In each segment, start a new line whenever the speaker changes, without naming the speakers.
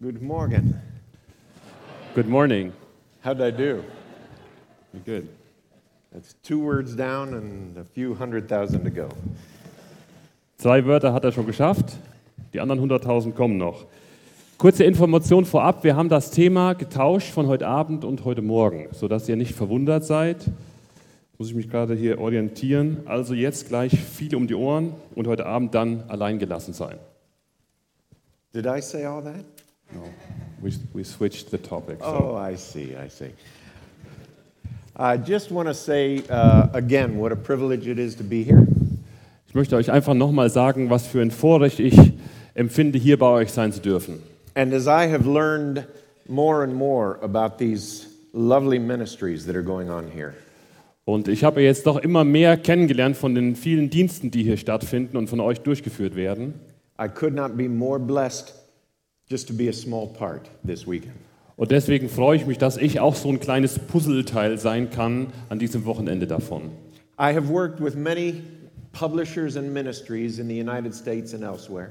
Good morning.
Good morning.
How'd I do?
Good.
That's two words down and a few hundred thousand to go.
Zwei Wörter hat er schon geschafft. Die anderen 100.000 kommen noch. Kurze Information vorab. Wir haben das Thema getauscht von heute Abend und heute Morgen, sodass ihr nicht verwundert seid. Muss ich mich gerade hier orientieren. Also jetzt gleich viel um die Ohren und heute Abend dann allein gelassen sein.
Did I say all that?
No. We, we switched the topic.
Oh, I see, I see. I just want to say uh, again what a privilege it is to be here.
Ich möchte euch einfach nochmal sagen, was für ein Vorrecht ich empfinde, hier bei euch sein zu dürfen.
And as I have learned more and more about these lovely ministries that are going on here,
Und ich habe jetzt doch immer mehr kennengelernt von den vielen Diensten, die hier stattfinden und von euch durchgeführt werden.
I could not be more blessed just to be a small part this weekend.
Und deswegen freue ich mich, dass ich auch so ein kleines Puzzleteil sein kann an diesem Wochenende davon.
I have worked with many publishers and ministries in the United States and elsewhere.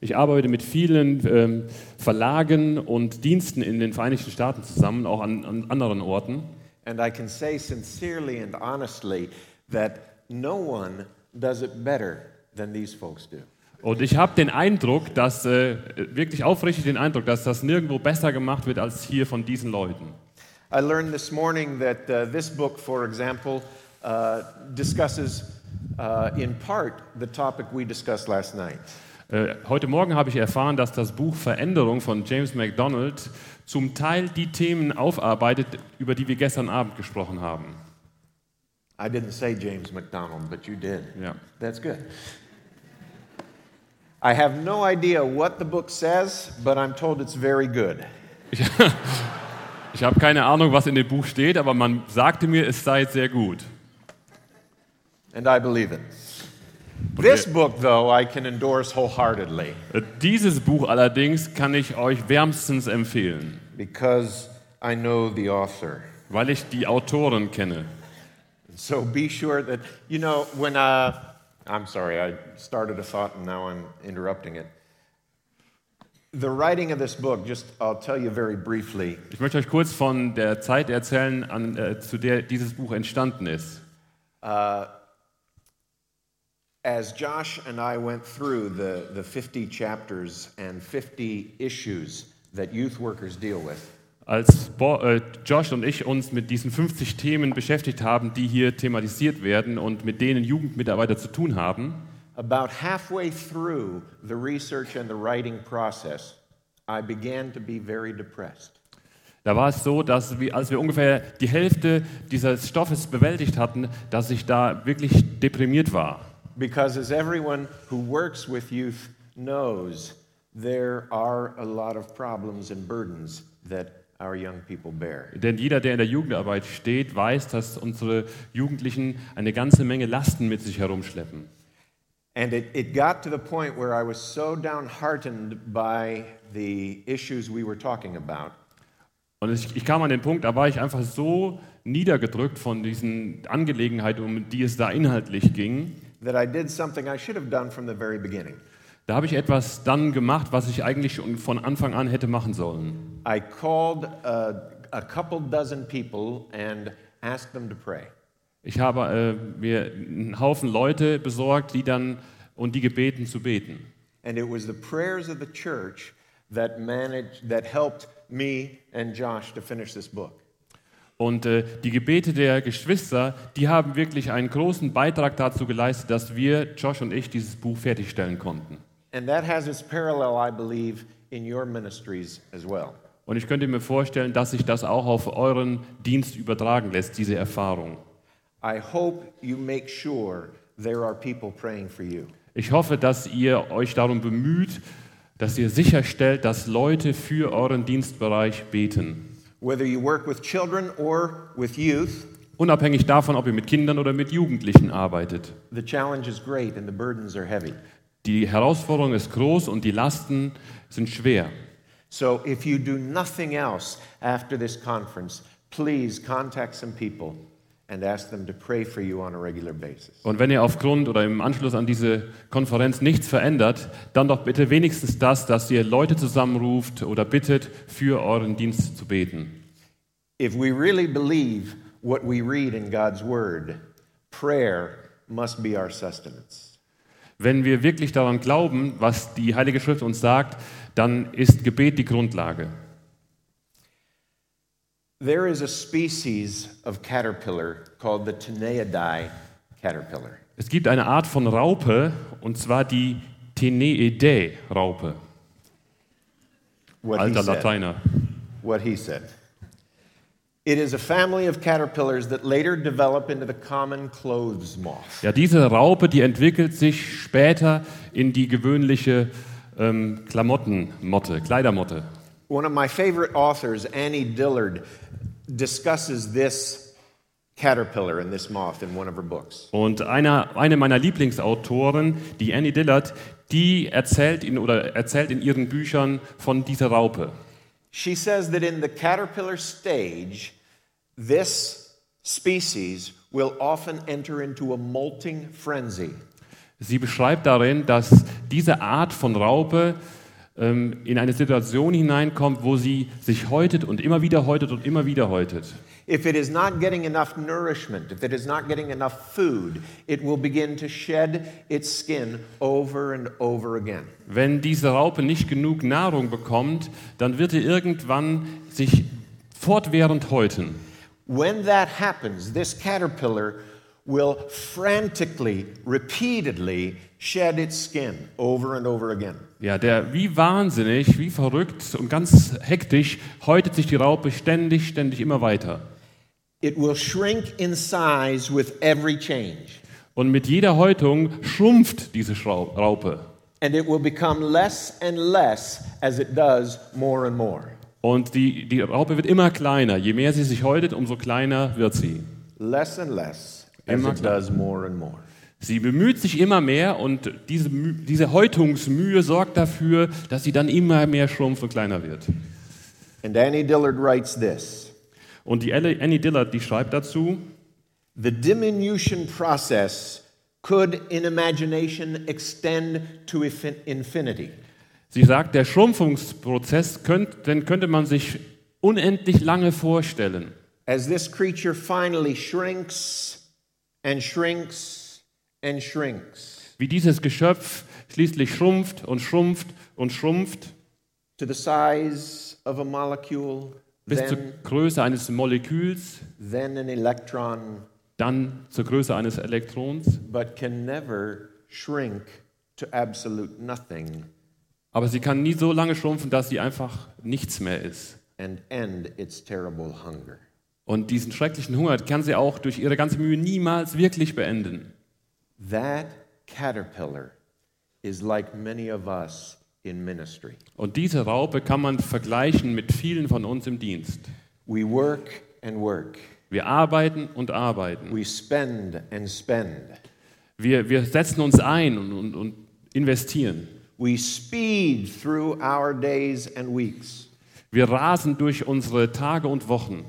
Ich arbeite mit vielen ähm, Verlagen und Diensten in den Vereinigten Staaten zusammen, auch an, an anderen Orten.
And I can say sincerely and honestly that no one does it better than these folks do.
Und ich habe den Eindruck, dass, äh, wirklich aufrichtig den Eindruck, dass das nirgendwo besser gemacht wird als hier von diesen Leuten.
I learned this morning that uh, this book, for example, uh, discusses uh, in part the topic we discussed last night.
Äh, Heute Morgen habe ich erfahren, dass das Buch Veränderung von James MacDonald zum Teil die Themen aufarbeitet, über die wir gestern Abend gesprochen haben.
I didn't say James McDonald, but you did.
Ja.
That's good. I have no idea what the book says, but I'm told it's very good.
Ich habe keine Ahnung, was in dem Buch steht, aber man sagte mir, es sei sehr gut.
And I believe it. This book, though, I can endorse wholeheartedly
Äh, Dieses Buch allerdings kann ich euch wärmstens empfehlen,
because I know the author.
weil ich die Autoren kenne.
So be sure that, you know, when uh, I'm sorry, I started a thought and now I'm interrupting it. The writing of this book, just I'll tell you very briefly,
Ich möchte euch kurz von der Zeit erzählen, an, äh, zu der dieses Buch entstanden ist.
as Josh and I went through the, the 50 chapters and 50 issues that youth workers deal with,
Als Bo äh, Josh und ich uns mit diesen 50 Themen beschäftigt haben, die hier thematisiert werden und mit denen Jugendmitarbeiter zu tun haben,
About halfway through the research and the writing process, I began to be very depressed.
da war es so, dass wir, als wir ungefähr die Hälfte dieses Stoffes bewältigt hatten, dass ich da wirklich deprimiert war.
Because, as everyone who works with youth knows, there are a lot of problems and burdens that our young people bear.
Denn jeder, der in der Jugendarbeit steht, weiß, dass unsere Jugendlichen eine ganze Menge Lasten mit sich herumschleppen.
And it, it got to the point where I was so downheartened by the issues we were talking about
Und ich, ich kam an den Punkt, da war ich einfach so niedergedrückt von diesen Angelegenheiten, um die es da inhaltlich ging,
that I did something I should have done from the very beginning.
Da habe ich etwas dann gemacht, was ich eigentlich schon von Anfang an hätte machen sollen.
I called a, a couple dozen people and asked them to pray.
Ich habe äh, mir einen Haufen Leute besorgt, die dann und die gebeten zu beten.
And it was the prayers of the church that managed that helped me and Josh to finish this book.
Und äh, die Gebete der Geschwister, die haben wirklich einen großen Beitrag dazu geleistet, dass wir, Josh und ich, dieses Buch fertigstellen konnten.
And that has its parallel, I believe, in your ministries as well.
Und ich könnte mir vorstellen, dass sich das auch auf euren Dienst übertragen lässt, diese Erfahrung.
I hope you make sure there are people praying for you.
Ich hoffe, dass ihr euch darum bemüht, dass ihr sicherstellt, dass Leute für euren Dienstbereich beten.
Whether you work with children or with youth,
Unabhängig davon, ob ihr mit Kindern oder mit Jugendlichen arbeitet.
the challenge is great and the burdens are heavy.
Die Herausforderung ist groß und die Lasten sind schwer.
So if you do nothing else after this conference, please contact some people and ask them to pray for you on a regular basis.
Und wenn ihr aufgrund oder im Anschluss an diese Konferenz nichts verändert, dann doch bitte wenigstens das, dass ihr Leute zusammenruft oder bittet, für euren Dienst zu beten.
If we really believe what we read in God's Word, prayer must be our sustenance.
Wenn wir wirklich daran glauben, was die Heilige Schrift uns sagt, dann ist Gebet die Grundlage.
There is a species of caterpillar called the Teneidae caterpillar.
Es gibt eine Art von Raupe, und zwar die Teneidae-Raupe,
What he
alter
said.
Lateiner.
What he said. It is a family of caterpillars that later develop into the common clothes moth.
Ja, diese Raupe, die entwickelt sich später in die gewöhnliche ähm, Klamottenmotte, Kleidermotte.
One of my favorite authors, Annie Dillard, discusses this caterpillar and this moth in one of her books.
Und einer, eine meiner Lieblingsautoren, die Annie Dillard, die erzählt in, oder erzählt in ihren Büchern von dieser Raupe.
She says that in the caterpillar stage, this species will often enter into a molting frenzy.
Sie beschreibt darin, dass diese Art von Raupe ähm, in eine Situation hineinkommt, wo sie sich häutet und immer wieder häutet und immer wieder häutet.
If it is not getting enough nourishment, if it is not getting enough food, it will begin to shed its skin over and over again.
Wenn diese Raupe nicht genug Nahrung bekommt, dann wird sie irgendwann sich fortwährend häuten.
When that happens, this caterpillar will frantically, repeatedly shed its skin over and over again.
Ja, der wie wahnsinnig, wie verrückt und ganz hektisch häutet sich die Raupe ständig, ständig immer weiter.
It will shrink in size with every change,
Und mit jeder Häutung schrumpft diese Schrau- Raupe.
and it will become less and less as it does more and more.
Und die, die Raupe wird immer kleiner. Je mehr sie sich häutet, umso kleiner wird sie.
Less and less as
Immer
it does more and more.
Sie bemüht sich immer mehr und diese, Mü- diese Häutungsmühe sorgt dafür, dass sie dann immer mehr schrumpft und kleiner wird.
And Annie Dillard writes this
Und die Ellie- Annie Dillard, die schreibt dazu,
The diminution process could, in imagination, extend to infin- infinity.
sie sagt, der Schrumpfungsprozess, könnt, den könnte man sich unendlich lange vorstellen.
As this creature finally shrinks and shrinks and shrinks
Wie dieses Geschöpf schließlich schrumpft und schrumpft und schrumpft
to the size of a molecule,
bis zur
then,
Größe eines Moleküls,
then an electron,
dann zur Größe eines Elektrons.
but can never shrink to absolute nothing
Aber sie kann nie so lange schrumpfen, dass sie einfach nichts mehr ist.
and end its terrible hunger.
Und diesen schrecklichen Hunger kann sie auch durch ihre ganze Mühe niemals wirklich beenden.
That caterpillar is like many of us in ministry.
Und diese Raupe kann man vergleichen mit vielen von uns im Dienst.
We work and work,
Wir arbeiten und arbeiten.
we spend and spend.
Wir, wir setzen uns ein und, und, und investieren.
We speed through our days and weeks.
Wir rasen durch unsere Tage und Wochen.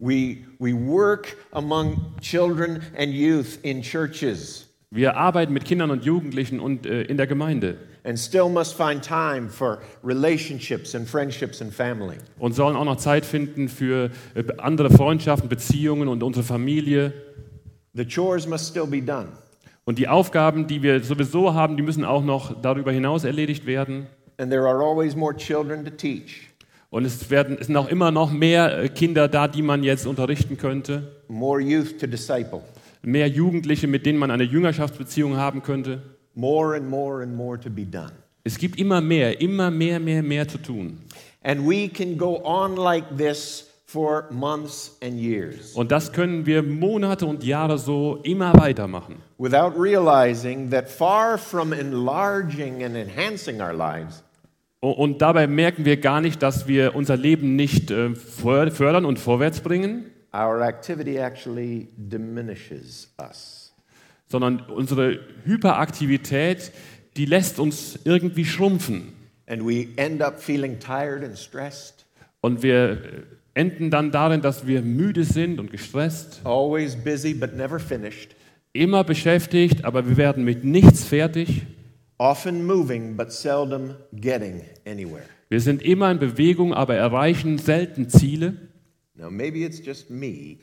We, we work among children and youth in churches
Wir arbeiten mit Kindern und Jugendlichen und äh, in der Gemeinde
and still must find time for relationships and friendships and family.
und sollen auch noch Zeit finden für äh, andere Freundschaften, Beziehungen und unsere Familie.
The chores must still be done.
Und die Aufgaben, die wir sowieso haben, die müssen auch noch darüber hinaus erledigt werden.
And there are always more children to teach,
Und es, werden, es sind auch immer noch mehr äh, Kinder da, die man jetzt unterrichten könnte.
more youth to disciple,
Mehr Jugendliche, mit denen man eine Jüngerschaftsbeziehung haben könnte.
more and more and more to be done.
Es gibt immer mehr, immer mehr, mehr, mehr zu tun.
And we can go on like this for months and years
Und das können wir Monate und Jahre so immer weitermachen,
without realizing that far from enlarging and enhancing our lives,
O- Und dabei merken wir gar nicht, dass wir unser Leben nicht äh, för- fördern und vorwärts bringen,
our activity actually diminishes us.
sondern unsere Hyperaktivität, die lässt uns irgendwie schrumpfen.
And we end up feeling tired and stressed,
Und wir äh, enden dann darin, dass wir müde sind und gestresst,
always busy but never finished,
immer beschäftigt, aber wir werden mit nichts fertig.
often moving but seldom getting anywhere.
Wir sind immer in Bewegung, aber erreichen selten Ziele.
Now, maybe it's just me,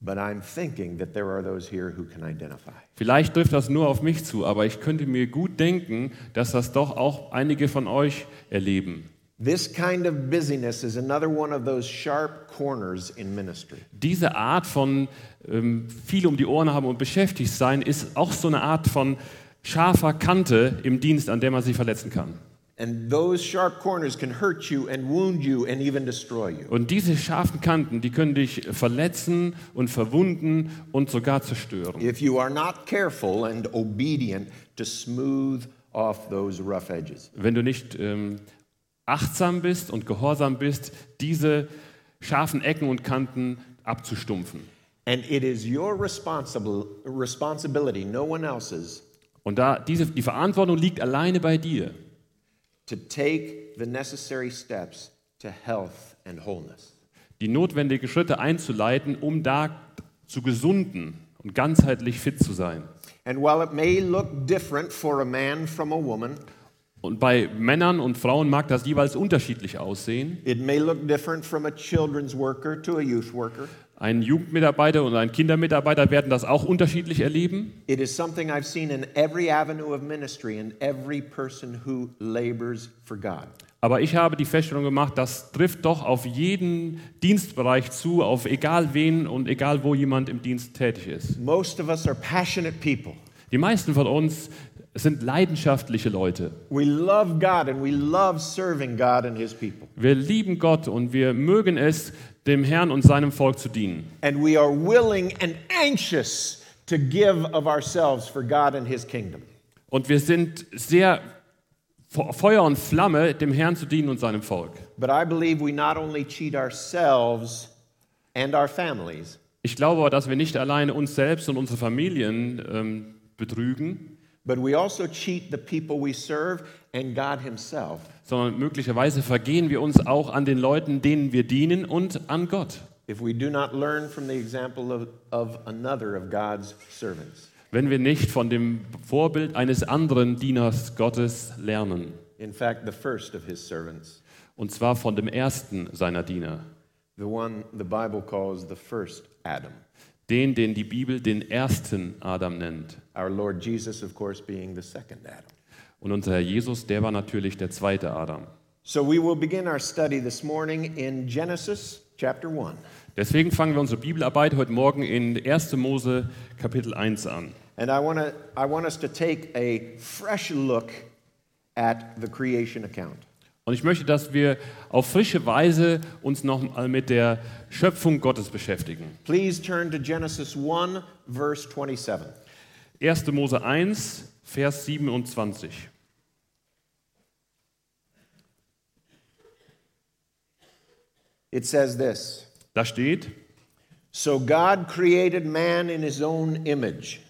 but I'm thinking that there are those here who can identify.
Vielleicht trifft das nur auf mich zu, aber ich könnte mir gut denken, dass das doch auch einige von euch erleben.
This kind of busyness is another one of those sharp corners in ministry.
Diese Art von ähm, viel um die Ohren haben und beschäftigt sein ist auch so eine Art von scharfer Kante im Dienst, an der man sich verletzen kann.
And those sharp corners can hurt you and wound you and even destroy you.
Und diese scharfen Kanten, die können dich verletzen und verwunden und sogar zerstören.
If you are not careful and obedient to smooth off those rough edges.
Wenn du nicht ähm, achtsam bist und gehorsam bist, diese scharfen Ecken und Kanten abzustumpfen.
And it is your responsible, responsibility, no one else's,
Und da diese, die Verantwortung liegt alleine bei dir,
to take the necessary steps to health and wholeness.
die notwendigen Schritte einzuleiten, um da zu gesunden und ganzheitlich fit zu sein.
And while it may look different for a man from a woman,
Und bei Männern und Frauen mag das jeweils unterschiedlich aussehen.
it may look different from a children's worker to a youth worker.
Ein Jugendmitarbeiter und ein Kindermitarbeiter werden das auch unterschiedlich erleben.
It is something I've seen in every avenue of ministry and every person who labors for God.
Aber ich habe die Feststellung gemacht, das trifft doch auf jeden Dienstbereich zu, auf egal wen und egal wo jemand im Dienst tätig ist.
Most of us are passionate people.
Die meisten von uns sind leidenschaftliche Leute.
We love God and we love serving God and His people.
Wir lieben Gott und wir mögen es, dem Herrn und seinem Volk zu dienen.
And we are willing and anxious to give of ourselves for God and His kingdom.
Und wir sind sehr Fe- Feuer und Flamme, dem Herrn zu dienen und seinem Volk.
But I believe we not only cheat ourselves and our families,
Ich glaube aber, dass wir nicht alleine uns selbst und unsere Familien ähm, betrügen,
but we also cheat the people we serve and God Himself
sondern möglicherweise vergehen wir uns auch an den Leuten, denen wir dienen und an Gott.
if we do not learn from the example of, of another of God's servants.
Wenn wir nicht von dem Vorbild eines anderen Dieners Gottes lernen,
In fact, the first of His servants,
und zwar von dem ersten seiner Diener,
the one the Bible calls the first Adam.
den, den die Bibel den ersten Adam nennt.
Our Lord Jesus, of course, being the second Adam.
Und unser Herr Jesus, der war natürlich der zweite Adam.
So we will begin our study this morning in Genesis chapter 1.
Deswegen fangen wir unsere Bibelarbeit heute Morgen in 1. Mose Kapitel 1 an.
And I, wanna, I want us to take a fresh look at the creation account.
Und ich möchte, dass wir auf frische Weise uns nochmal mit der Schöpfung Gottes beschäftigen.
Please turn to Genesis 1, verse 27.
1. Mose 1, Vers 27.
It says this
Da steht,
So God created man in his own image.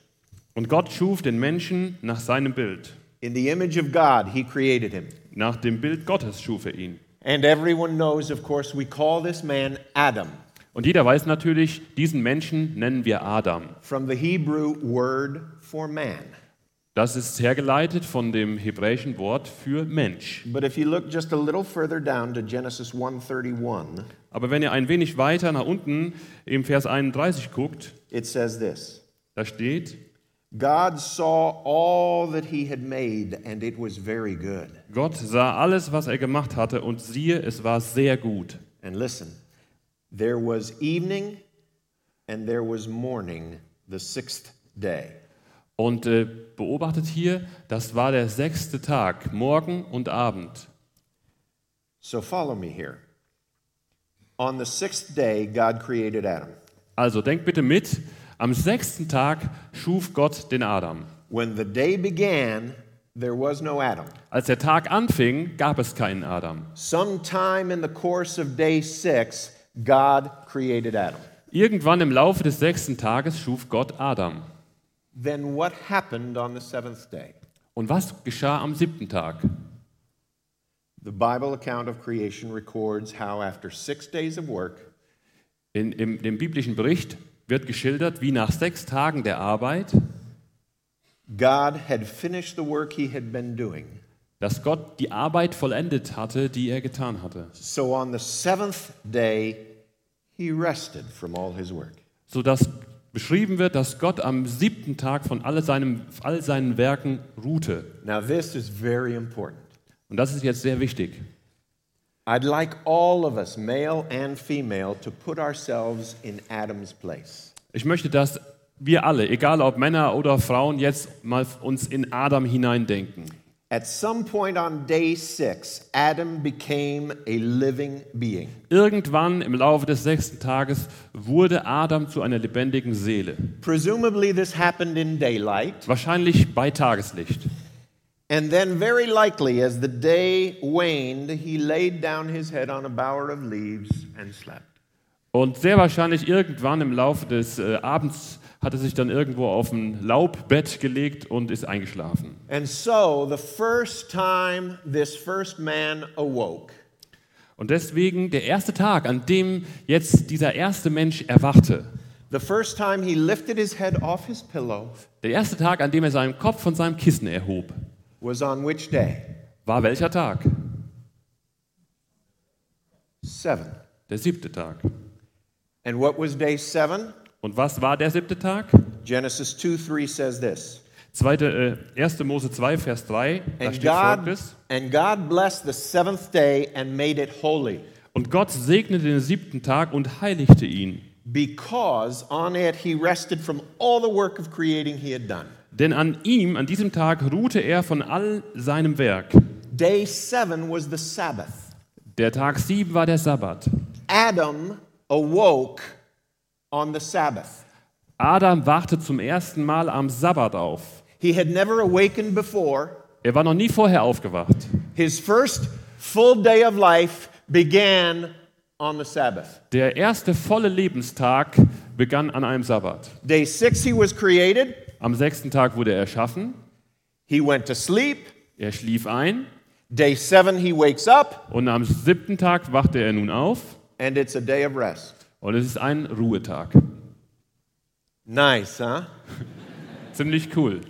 und Gott schuf den Menschen nach seinem Bild.
In the image of God, he created him.
Nach dem Bild Gottes schuf er ihn.
And everyone knows, of course, we call this man Adam
Und jeder weiß natürlich, diesen Menschen nennen wir Adam.
from the Hebrew word for man.
Das ist hergeleitet von dem hebräischen Wort für Mensch.
But if you look just a little further down to Genesis 1:31,
Aber wenn ihr ein wenig weiter nach unten im Vers 31 guckt,
it says this:
da steht,
God saw all that he had made, and it was very good.
Gott sah alles, was er gemacht hatte, und siehe, es war sehr gut.
And listen, there was evening and there was morning the sixth day.
Und äh, beobachtet hier, das war der sechste Tag, Morgen und Abend.
So follow me here. On the sixth day, God created Adam.
Also denkt bitte mit, am sechsten Tag schuf Gott den Adam.
When the day began, there was no Adam.
Als der Tag anfing, gab es keinen Adam.
Sometime in the course of day six, God created Adam.
Irgendwann im Laufe des sechsten Tages schuf Gott Adam.
Then what happened on the seventh day?
Und was geschah am siebten Tag?
The Bible account of creation records how, after six days of work,
In, im, dem biblischen Bericht wird geschildert, wie nach sechs Tagen der Arbeit,
God had finished the work he had been doing.
dass Gott die Arbeit vollendet hatte, die er getan hatte.
So on the seventh day, he rested from all his work.
Sodass beschrieben wird, dass Gott am siebten Tag von all, seinem, all seinen Werken ruhte.
Now, this is very important.
Und das ist jetzt sehr wichtig.
I'd like all of us, male and female, to put ourselves in Adam's place.
Ich möchte, dass wir alle, egal ob Männer oder Frauen, jetzt mal uns in Adam hineindenken.
At some point on day six, Adam became a living being.
Irgendwann im Laufe des sechsten Tages wurde Adam zu einer lebendigen Seele.
Presumably, this happened in daylight.
Wahrscheinlich bei Tageslicht.
And then, very likely, as the day waned, he laid down his head on a bower of leaves and slept.
Und sehr wahrscheinlich irgendwann im Laufe des äh, Abends hat er sich dann irgendwo auf ein Laubbett gelegt und ist eingeschlafen.
And so, the first time this first man awoke,
Und deswegen der erste Tag, an dem jetzt dieser erste Mensch erwachte,
the first time he lifted his head off his pillow,
der erste Tag, an dem er seinen Kopf von seinem Kissen erhob,
was on which day?
war welcher Tag?
Seven.
Der siebte Tag.
And what was day seven?
Und was war der siebte Tag?
Genesis 2 3 says this.
Zweite, äh, 1. Mose 2, Vers 3, da
And
steht
God,
folgendes.
and God blessed the seventh day and made it holy,
Und Gott segnete den siebten Tag und heiligte ihn.
because on it he rested from all the work of creating he had done.
Denn an ihm, an diesem Tag, ruhte er von all seinem Werk.
Day seven was the Sabbath.
Der Tag sieben war der Sabbat.
Adam awoke on the Sabbath.
Adam wachte zum ersten Mal am Sabbat auf.
He had never awakened before.
Er war noch nie vorher aufgewacht.
His first full day of life began on the Sabbath.
Der erste volle Lebenstag begann an einem Sabbat.
Day six, he was created.
Am sechsten Tag wurde er erschaffen.
He went to sleep.
Er schlief ein.
Day seven, he wakes up,
Und am siebten Tag wachte er nun auf.
and it's a day of rest.
Und es ist ein Ruhetag.
Nice, huh?
Ziemlich cool.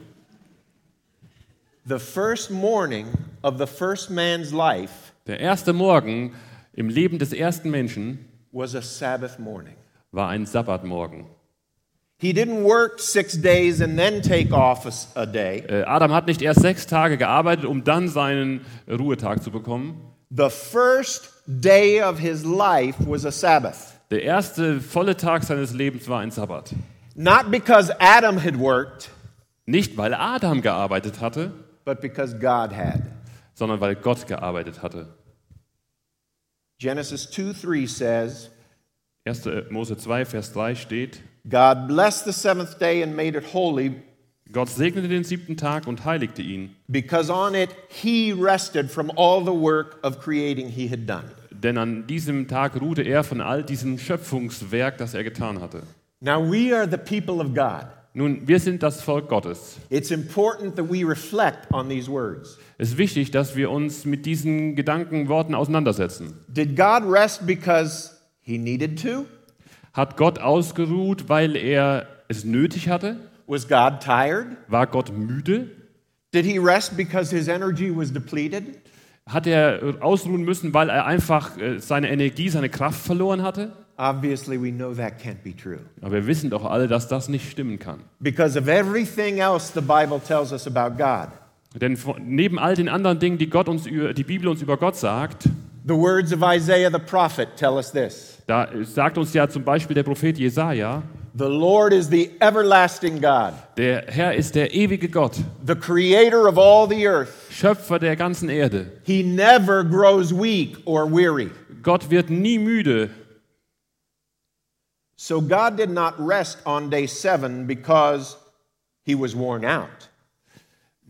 The first morning of the first man's life
Der erste Morgen im Leben des ersten Menschen
was a Sabbath morning.
war ein Sabbatmorgen.
He didn't work six days and then take off a s- a day.
Äh, Adam hat nicht erst sechs Tage gearbeitet, um dann seinen Ruhetag zu bekommen.
The first day of his life was a Sabbath.
Der erste volle Tag seines Lebens war ein Sabbat.
Not because Adam had worked,
Nicht, weil Adam gearbeitet hatte,
but because God had.
sondern weil Gott gearbeitet hatte.
Genesis 2 3 says,
1. Mose 2, Vers 3 steht,
God blessed the seventh day and made it holy,
Gott segnete den siebten Tag und heiligte ihn,
because on it he rested from all the work of creating he had done.
denn an diesem Tag ruhte er von all diesem Schöpfungswerk, das er getan hatte.
Now we are the people of God.
Nun, wir sind das Volk Gottes.
It's important that we reflect on these words.
Es ist wichtig, dass wir uns mit diesen Gedankenworten auseinandersetzen.
Did God rest because he needed to?
Hat Gott ausgeruht, weil er es nötig hatte?
Was God tired?
War Gott müde?
Did he rest because his energy was depleted?
Hat er äh, ausruhen müssen, weil er einfach äh, seine Energie, seine Kraft verloren hatte?
Obviously, we know that can't be true.
Aber wir wissen doch alle, dass das nicht stimmen kann.
Because of everything else the Bible tells us about God
Denn von- neben all den anderen Dingen, die Gott uns über, die Bibel uns über Gott sagt,
the words of Isaiah the prophet tell us this
da äh, sagt uns ja zum Beispiel der Prophet Jesaja,
The Lord is the everlasting God,
der Herr ist der ewige Gott,
the creator of all the earth.
Schöpfer der ganzen Erde.
He never grows weak or weary.
Gott wird nie müde.
So God did not rest on day seven because he was worn out.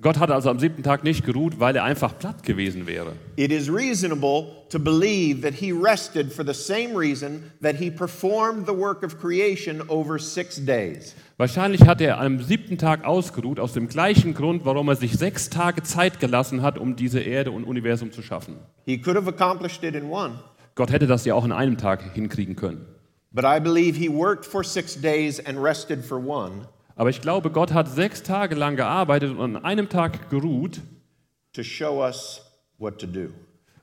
Gott hat also am siebten Tag nicht geruht, weil er einfach platt gewesen wäre.
It is reasonable to believe that he rested for the same reason that he performed the work of creation over six days.
Wahrscheinlich hat er am siebten Tag ausgeruht, aus dem gleichen Grund, warum er sich sechs Tage Zeit gelassen hat, um diese Erde und Universum zu schaffen.
He could have accomplished it in one,
Gott hätte das ja auch in einem Tag hinkriegen können.
but I believe he worked for six days and rested for one
Aber ich glaube, Gott hat sechs Tage lang gearbeitet und an einem Tag geruht,
to show us what to do.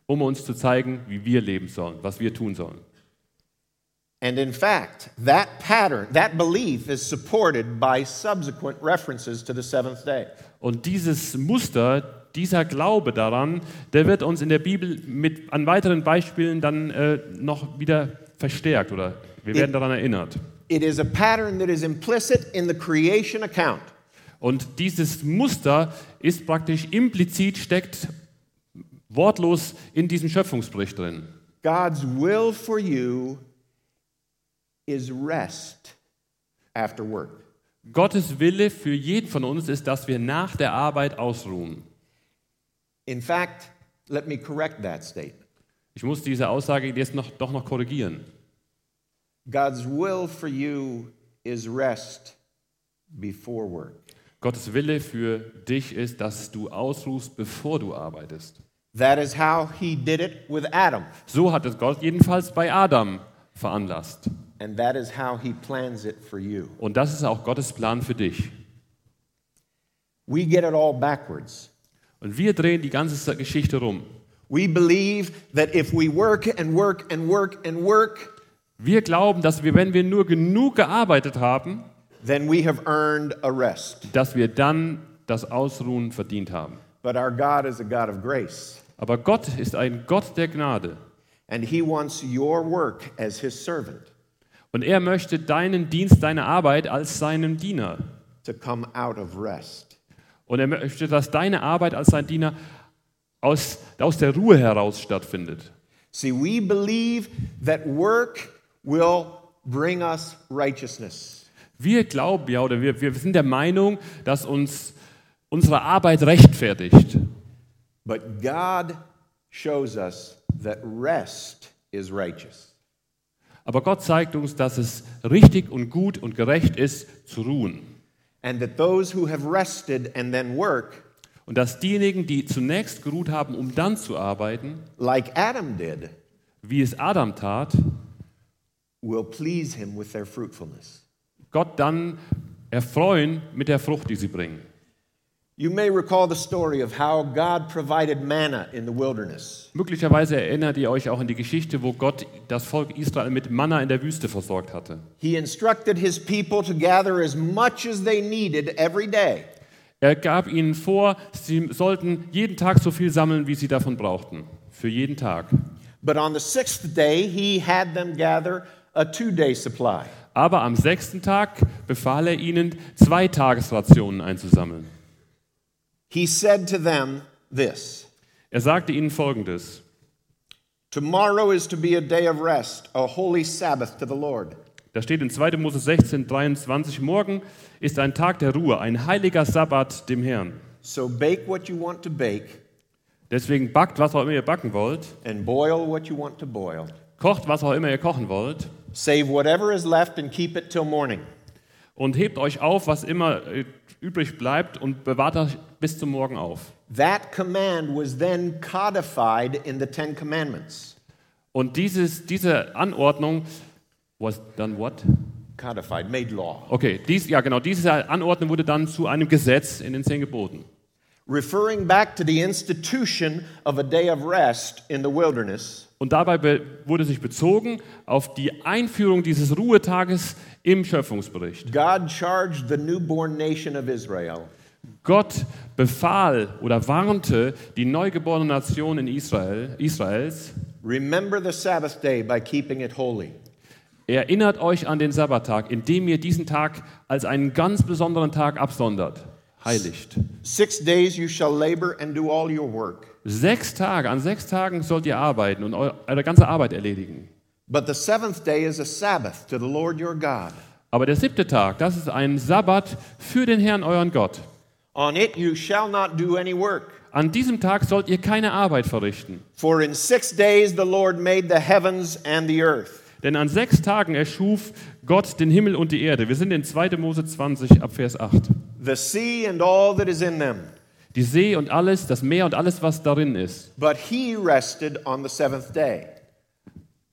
um uns zu zeigen, wie wir leben sollen, was wir tun sollen.
And in fact, that pattern, that belief is supported by subsequent references to the seventh day.
Und dieses Muster, dieser Glaube daran, der wird uns in der Bibel mit, an weiteren Beispielen dann äh, noch wieder verstärkt oder wir werden daran erinnert.
It is a pattern that is implicit in the creation account.
Und dieses Muster ist praktisch implizit, steckt wortlos in diesem Schöpfungsbericht drin.
God's will for you is rest after work.
Gottes Wille für jeden von uns ist, dass wir nach der Arbeit ausruhen.
In fact, let me correct that statement.
Ich muss diese Aussage jetzt noch, doch noch korrigieren.
God's will for you is rest before work.
Gottes Wille für dich ist, dass du ausruhst, bevor du arbeitest.
That is how he did it with Adam,
So hat es Gott jedenfalls bei Adam veranlasst.
and that is how he plans it for you.
Und das ist auch Gottes Plan für dich.
We get it all backwards.
Und wir drehen die ganze Geschichte rum.
We believe that if we work and work and work and work,
Wir glauben, dass wir, wenn wir nur genug gearbeitet haben,
then we have earned a rest.
dass wir dann das Ausruhen verdient haben.
But our God is a God of grace,
Aber Gott ist ein Gott der Gnade.
and he wants your work as his servant
Und er möchte deinen Dienst, deine Arbeit als seinen Diener.
to come out of rest.
Und er möchte, dass deine Arbeit als sein Diener aus, aus der Ruhe heraus stattfindet.
See, we believe that work will bring us righteousness.
Wir glauben ja, oder wir, wir sind der Meinung, dass uns unsere Arbeit rechtfertigt.
But God shows us that rest is righteous.
Aber Gott zeigt uns, dass es richtig und gut und gerecht ist, zu ruhen.
And that those who have rested and then work,
Und dass diejenigen, die zunächst geruht haben, um dann zu arbeiten,
like Adam did,
wie es Adam tat,
will please him with their fruitfulness.
Gott dann erfreuen mit der Frucht, die sie bringen.
You may recall the story of how God provided manna in the wilderness.
Möglicherweise erinnert ihr euch auch an die Geschichte, wo Gott das Volk Israel mit Manna in der Wüste versorgt hatte.
He instructed his people to gather as much as they needed every day.
Er gab ihnen vor, sie sollten jeden Tag so viel sammeln, wie sie davon brauchten. Für jeden Tag.
But on the sixth day, he had them gather a two day supply.
Aber am sechsten Tag befahl er ihnen, zwei Tagesrationen einzusammeln.
He said to them this
Er sagte ihnen folgendes:
Tomorrow is to be a day of rest, a holy Sabbath to the Lord.
Da steht in 2. Mose 16, 23, morgen ist ein Tag der Ruhe, ein heiliger Sabbat dem Herrn.
So bake what you want to bake,
Deswegen backt, was auch immer ihr backen wollt,
and boil what you want to boil.
kocht, was auch immer ihr kochen wollt,
Save whatever is left and keep it till morning.
und hebt euch auf, was immer äh, übrig bleibt, und bewahrt euch bis zum Morgen auf.
That command was then codified in the Ten Commandments.
Und dieses, diese Anordnung, was dann what?
Codified, made law.
Okay, dies, ja genau, diese Anordnung wurde dann zu einem Gesetz in den zehn Geboten.
Referring back to the institution of a day of rest in the wilderness,
Und dabei be- wurde sich bezogen auf die Einführung dieses Ruhetages im Schöpfungsbericht.
God charged the newborn nation of Israel
Gott befahl oder warnte die neugeborene Nation in Israel, Israels,
remember the Sabbath day by keeping it holy.
erinnert euch an den Sabbattag, indem ihr diesen Tag als einen ganz besonderen Tag absondert, heiligt.
Six days you shall labor and do all your work.
Sechs Tage, an sechs Tagen sollt ihr arbeiten und eu- eure ganze Arbeit erledigen.
But the seventh day is a Sabbath to the Lord your God.
Aber der siebte Tag, das ist ein Sabbat für den Herrn, euren Gott.
On it you shall not do any work.
An diesem Tag sollt ihr keine Arbeit verrichten.
For in six days the Lord made the heavens and the earth,
Denn an sechs Tagen erschuf Gott den Himmel und die Erde. Wir sind in 2. Mose 20 ab Vers 8.
the sea and all that is in them.
Die See und alles, das Meer und alles, was darin ist.
But he rested on the seventh day.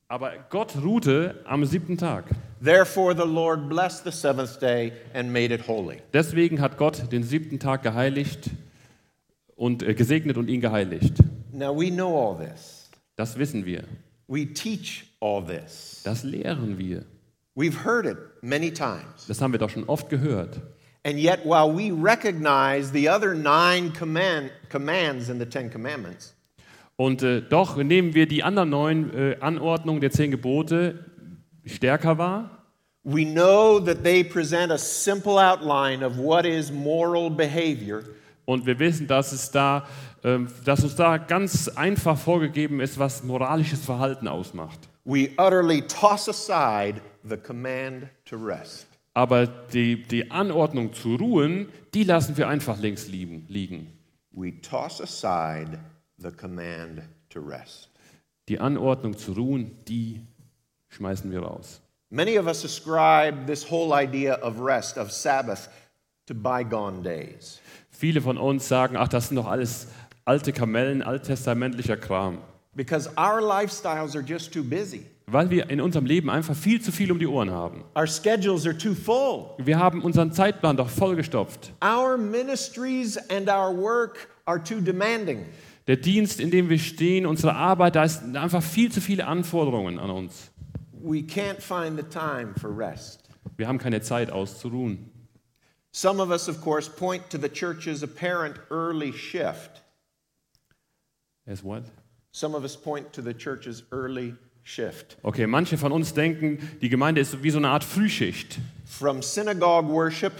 Aber Gott ruhte am siebten Tag.
Therefore the Lord blessed the seventh day and made it holy.
Deswegen hat Gott den siebten Tag geheiligt und äh, gesegnet und ihn geheiligt.
Now we know all this.
Das wissen wir.
We teach all this.
Das lehren wir.
We've heard it many times.
Das haben wir doch schon oft gehört.
And yet, while we recognize the other nine command, commands in the Ten Commandments,
Und äh, doch nehmen wir die anderen neun äh, Anordnungen der zehn Gebote stärker wahr.
we know that they present a simple outline of what is moral behavior
Und wir wissen, dass, es da, ähm, dass uns da ganz einfach vorgegeben ist, was moralisches Verhalten ausmacht.
we utterly toss aside the command to rest.
Aber die, die Anordnung zu ruhen, die lassen wir einfach links lieben, liegen.
We toss aside the command to rest.
Die Anordnung zu ruhen, die schmeißen wir raus.
Many of us ascribe this whole idea of rest, of Sabbath, to bygone days.
Viele von uns sagen, ach, das sind doch alles alte Kamellen, alttestamentlicher Kram.
Because our lifestyles are just too busy.
Weil wir in unserem Leben einfach viel zu viel um die Ohren haben.
Our schedules are too full.
Wir haben unseren Zeitplan doch vollgestopft.
Our ministries and our work are too demanding.
Der Dienst, in dem wir stehen, unsere Arbeit, da ist einfach viel zu viele Anforderungen an uns.
We can't find the time for rest.
Wir haben keine Zeit auszuruhen.
Some of us, of course, point to the church's apparent early shift.
As what?
Some of us point to the church's early shift
Okay, manche von uns denken, die Gemeinde ist wie so eine Art Frühschicht.
from synagogue worship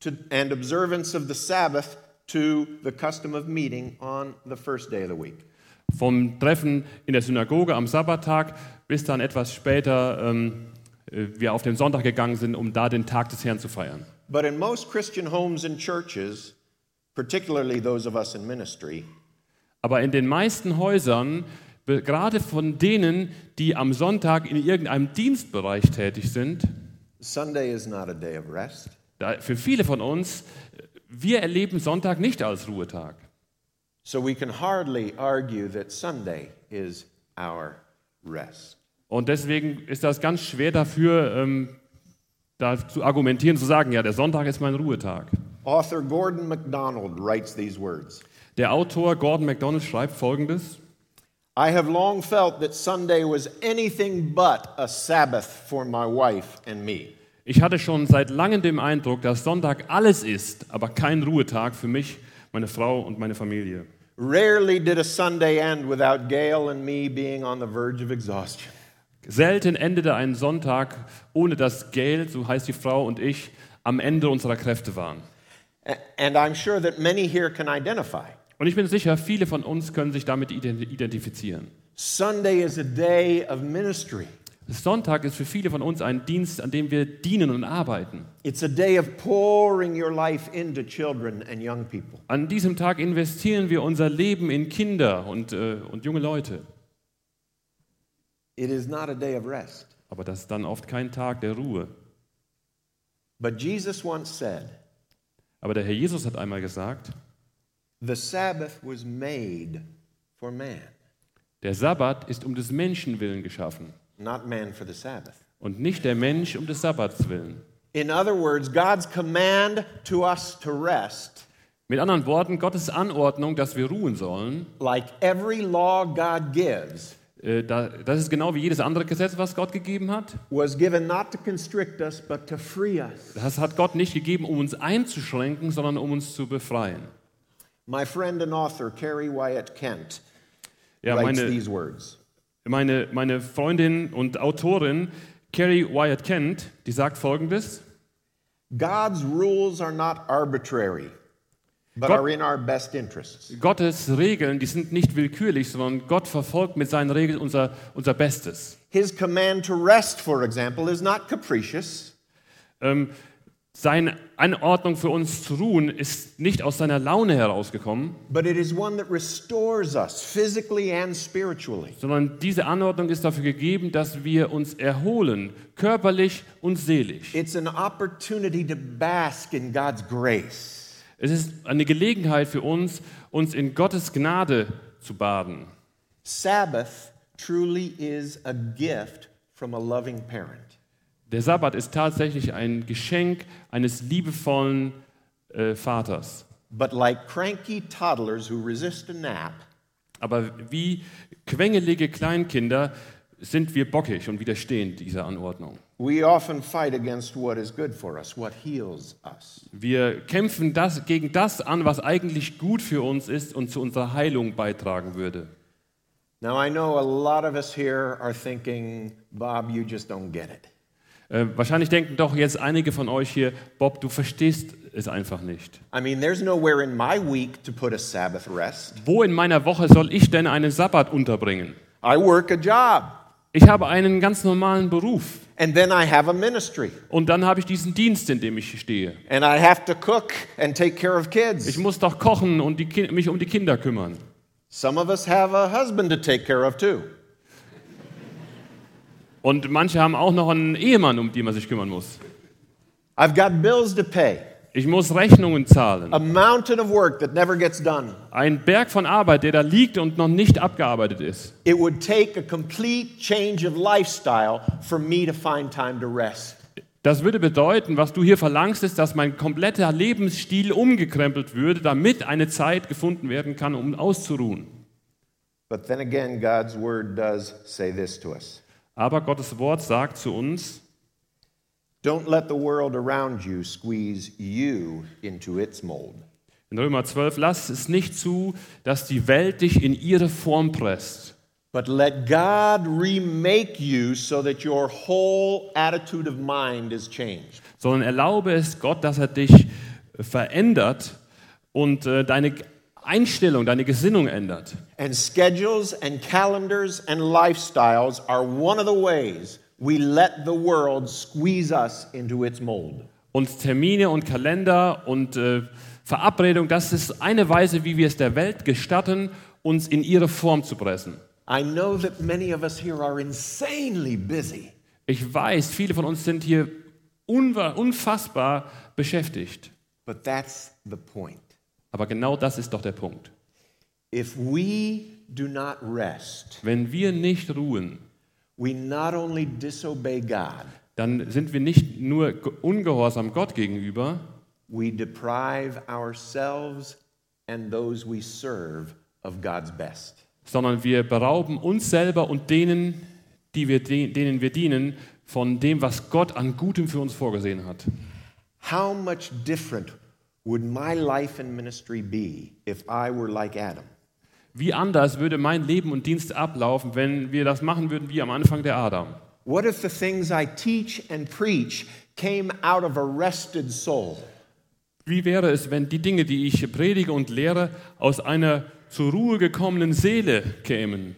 to, and observance of the Sabbath to the custom of meeting on the first day of the week.
Vom Treffen in der Synagoge am Sabbattag bis dann etwas später ähm, äh, wir auf den Sonntag gegangen sind, um da den Tag des Herrn zu feiern.
But in most Christian homes and churches, particularly those of us in ministry,
Aber in den meisten Häusern, be- gerade von denen, die am Sonntag in irgendeinem Dienstbereich tätig sind,
Sunday is not a day of rest.
da für viele von uns, äh, wir erleben Sonntag nicht als Ruhetag.
So we can hardly argue that Sunday is our rest.
Und deswegen ist das ganz schwer dafür, ähm, da zu argumentieren, zu sagen, ja, der Sonntag ist mein Ruhetag.
Author Gordon MacDonald writes these words
Der Autor Gordon MacDonald schreibt Folgendes.
I have long felt that Sunday was anything but a Sabbath for my wife and me.
Ich hatte schon seit langem den Eindruck, dass Sonntag alles ist, aber kein Ruhetag für mich, meine Frau und meine Familie.
Rarely did a Sunday end without Gail and me being on the verge of exhaustion.
Selten endete ein Sonntag, ohne dass Gail, so heißt die Frau, und ich am Ende unserer Kräfte waren.
A- And I'm sure that many here can identify.
Und ich bin sicher, viele von uns können sich damit ident- identifizieren.
Sunday is a day of ministry.
Sonntag ist für viele von uns ein Dienst, an dem wir dienen und arbeiten.
It's a day of pouring your life into children and young people.
An diesem Tag investieren wir unser Leben in Kinder und, äh, und junge Leute.
It is not a day of rest.
Aber das ist dann oft kein Tag der Ruhe.
But Jesus once said,
Aber der Herr Jesus hat einmal gesagt,
The Sabbath was made for man,
der Sabbat ist um des Menschen willen geschaffen
not man for the Sabbath.
und nicht der Mensch um des Sabbats willen.
In other words, God's command to us to rest,
Mit anderen Worten, Gottes Anordnung, dass wir ruhen sollen,
like every law God gives,
äh, da- das ist genau wie jedes andere Gesetz, was Gott gegeben hat.
was given not to constrict us, but to free us.
Das hat Gott nicht gegeben, um uns einzuschränken, sondern um uns zu befreien.
My friend and author, Carrie Wyatt Kent,
Ja,
writes
meine,
these words.
meine, meine Freundin und Autorin Carrie Wyatt Kent, die sagt Folgendes.
God's rules are not arbitrary, but
God-
are in our best interests.
Gottes Regeln, die sind nicht willkürlich, sondern Gott verfolgt mit seinen Regeln unser, unser Bestes.
His command to rest, for example, is not capricious,
Ähm, Seine Anordnung für uns zu ruhen ist nicht aus seiner Laune herausgekommen,
but it is one that restores us physically and spiritually.
sondern diese Anordnung ist dafür gegeben, dass wir uns erholen, körperlich und seelisch.
It's an opportunity to bask in God's grace.
Es ist eine Gelegenheit für uns, uns in Gottes Gnade zu baden.
Sabbath truly is a gift from a loving parent.
Der Sabbat ist tatsächlich ein Geschenk eines liebevollen äh, Vaters.
But like cranky toddlers who resist a nap,
Aber wie quengelige Kleinkinder sind wir bockig und widerstehen dieser Anordnung.
we often fight against what is good for us, what heals us.
Wir kämpfen das, gegen das an, was eigentlich gut für uns ist und zu unserer Heilung beitragen würde.
Now, I know a lot of us here are thinking, Bob, you just don't get it.
Äh, wahrscheinlich denken doch jetzt einige von euch hier, Bob, du verstehst es einfach nicht.
I mean, there's nowhere in my week to put a Sabbath rest.
Wo in meiner Woche soll ich denn einen Sabbat unterbringen?
I work a job,
Ich habe einen ganz normalen Beruf
and then I have a ministry,
und dann habe ich diesen Dienst, in dem ich stehe.
and I have to cook and take care of
Ich
kids.
muss doch kochen und die, Ki- mich um die Kinder kümmern.
Some of us have a husband to take care of too.
Und manche haben auch noch einen Ehemann, um den man sich kümmern muss.
I've got bills to pay,
Ich muss Rechnungen zahlen.
a mountain of work that never gets done.
Ein Berg von Arbeit, der da liegt und noch nicht abgearbeitet ist.
It would take a complete change of lifestyle for me to find time to rest.
Das würde bedeuten, was du hier verlangst, ist, dass mein kompletter Lebensstil umgekrempelt würde, damit eine Zeit gefunden werden kann, um auszuruhen.
But then again, God's word does say this to us
Aber Gottes Wort sagt zu uns,
Don't let the world around you squeeze you into its mold.
in Römer 12, lass es nicht zu, dass die Welt dich in ihre Form presst,
But let God remake you so that your whole attitude of mind is changed.
sondern erlaube es Gott, dass er dich äh, verändert und äh, deine Einstellung, deine Gesinnung ändert.
And schedules and calendars and lifestyles are one of the ways we let the world squeeze us into its mold.
Und Termine und Kalender und äh, Verabredung, das ist eine Weise, wie wir es der Welt gestatten, uns in ihre Form zu pressen.
I know that many of us here are insanely busy,
Ich weiß, viele von uns sind hier unwa- unfassbar beschäftigt.
but that's the point.
Aber genau das ist doch der Punkt.
If we do not rest,
Wenn wir nicht ruhen,
we not only disobey God,
dann sind wir nicht nur ge- ungehorsam Gott gegenüber,
we deprive ourselves and those we serve of God's best.
sondern wir berauben uns selber und denen, die wir, de- denen wir dienen, von dem, was Gott an Gutem für uns vorgesehen hat.
How much different would my life and ministry be if I were like Adam?
Wie anders würde mein Leben und Dienst ablaufen, wenn wir das machen würden wie am Anfang der Adam?
What if the things I teach and preach came out of a rested soul?
Wie wäre es, wenn die Dinge, die ich predige und lehre, aus einer zur Ruhe gekommenen Seele kämen?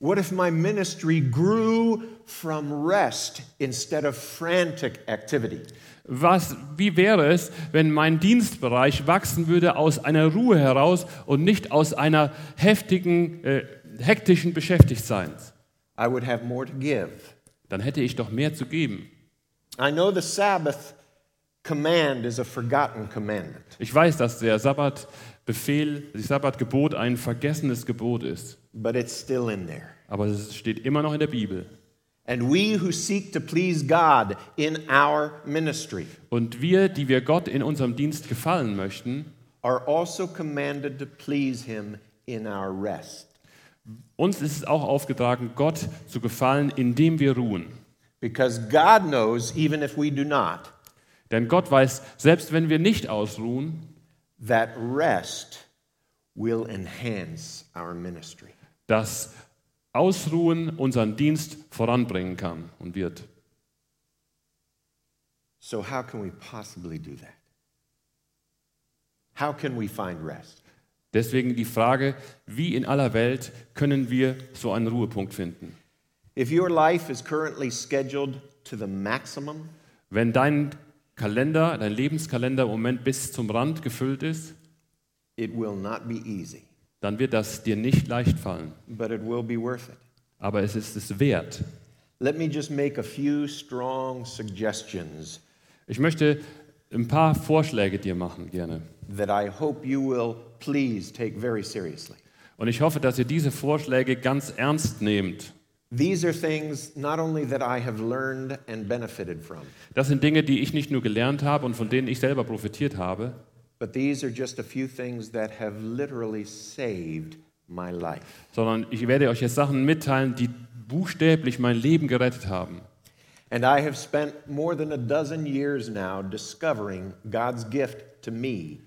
What if my ministry grew from rest instead of frantic activity?
Was, wie wäre es, wenn mein Dienstbereich wachsen würde aus einer Ruhe heraus und nicht aus einer heftigen, äh, hektischen Beschäftigtseins?
I would have more to give.
Dann hätte ich doch mehr zu geben.
I know the Sabbath command is a forgotten commandment,
Ich weiß, dass der Sabbatbefehl, das Sabbatgebot ein vergessenes Gebot ist,
but it's still in there.
aber es steht immer noch in der Bibel.
And we who seek to please God in our ministry
Und wir, die wir Gott in unserem Dienst gefallen möchten,
are also commanded to please Him in our rest,
uns ist es auch aufgetragen, Gott zu gefallen, indem wir ruhen.
because God knows, even if we do not,
Denn Gott weiß, selbst wenn wir nicht ausruhen,
that rest will enhance our ministry.
dass Ausruhen unseren Dienst voranbringen kann und wird.
So, how can we possibly do that? How can we find rest?
Deswegen die Frage, wie in aller Welt können wir so einen Ruhepunkt finden?
If your life is currently scheduled to the maximum,
Wenn dein Kalender, dein Lebenskalender im Moment bis zum Rand gefüllt ist,
It will not be easy,
dann wird das dir nicht leicht fallen.
but it will be worth it.
Aber es ist es wert.
Let me just make a few strong suggestions
Ich möchte ein paar Vorschläge dir machen, gerne.
that I hope you will please take very seriously.
Und ich hoffe, dass ihr diese Vorschläge ganz ernst nehmt.
These are things not only that I have learned and benefited from,
Das sind Dinge, die ich nicht nur gelernt habe und von denen ich selber profitiert habe,
but these are just a few things that have literally saved my life.
sondern ich werde euch jetzt Sachen mitteilen, die buchstäblich mein Leben gerettet haben.
And I have spent more than a dozen years now discovering God's gift to me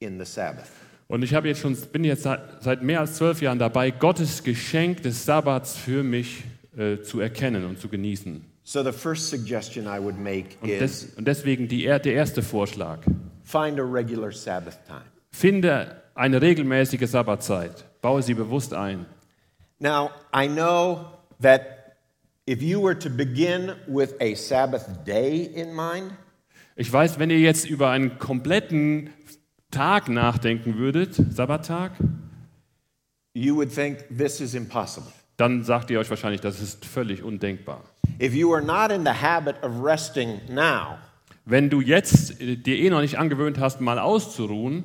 in the Sabbath.
Und ich habe jetzt schon, bin jetzt seit, seit mehr als zwölf Jahren dabei, Gottes Geschenk des Sabbats für mich äh, zu erkennen und zu genießen.
So the first suggestion I would make
Und,
is
des, und deswegen die, er- der erste Vorschlag.
find a regular Sabbath time.
Finde eine regelmäßige Sabbatzeit. Baue sie bewusst ein.
Now, I know that if you were to begin with a Sabbath day in mind,
Ich weiß, wenn ihr jetzt über einen kompletten Tag nachdenken würdet, Sabbattag,
you would think this is impossible.
dann sagt ihr euch wahrscheinlich, das ist völlig undenkbar.
If you are not in the habit of resting now,
Wenn du jetzt äh, dir eh noch nicht angewöhnt hast, mal auszuruhen,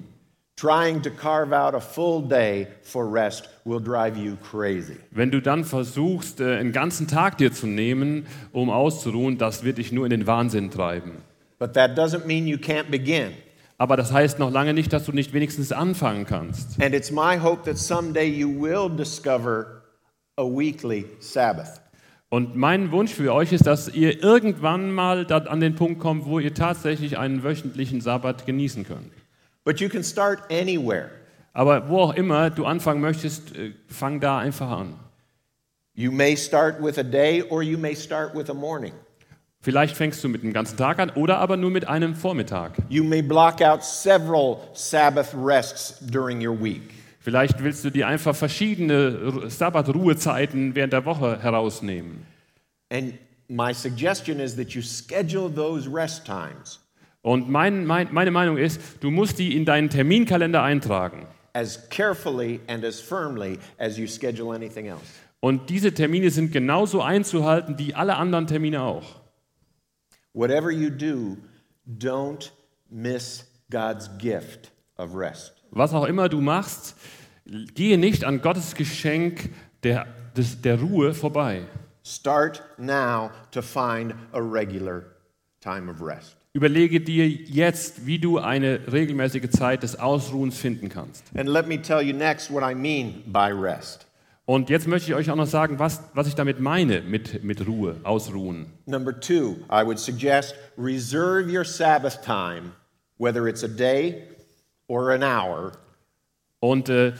trying to carve out a full day for rest will drive you crazy.
wenn du dann versuchst, äh, einen ganzen Tag dir zu nehmen, um auszuruhen, das wird dich nur in den Wahnsinn treiben.
But that doesn't mean you can't begin.
Aber das heißt noch lange nicht, dass du nicht wenigstens anfangen kannst.
And it's my hope that someday you will discover a weekly Sabbath.
Und mein Wunsch für euch ist, dass ihr irgendwann mal da- an den Punkt kommt, wo ihr tatsächlich einen wöchentlichen Sabbat genießen könnt.
But you can start anywhere.
Aber wo auch immer du anfangen möchtest, äh, fang da einfach an.
You may start with a day or you may start with a morning.
Vielleicht fängst du mit dem ganzen Tag an oder aber nur mit einem Vormittag.
You may block out several Sabbath rests during your week.
Vielleicht willst du dir einfach verschiedene R- Sabbatruhezeiten während der Woche herausnehmen.
And my suggestion is that you schedule those rest times
Und mein, mein, meine Meinung ist, du musst die in deinen Terminkalender eintragen.
as carefully and as firmly as you schedule anything else.
Und diese Termine sind genauso einzuhalten wie alle anderen Termine auch.
Whatever you do, don't miss God's gift of rest.
Was auch immer du machst, gehe nicht an Gottes Geschenk der, des, der Ruhe vorbei.
Start now to find a regular time of rest.
Überlege dir jetzt, wie du eine regelmäßige Zeit des Ausruhens finden kannst.
And let me tell you next what I mean by rest.
Und jetzt möchte ich euch auch noch sagen, was, was ich damit meine mit, mit Ruhe, Ausruhen.
Number two, I would suggest reserve your Sabbath time, whether it's a day or an hour,
Und äh,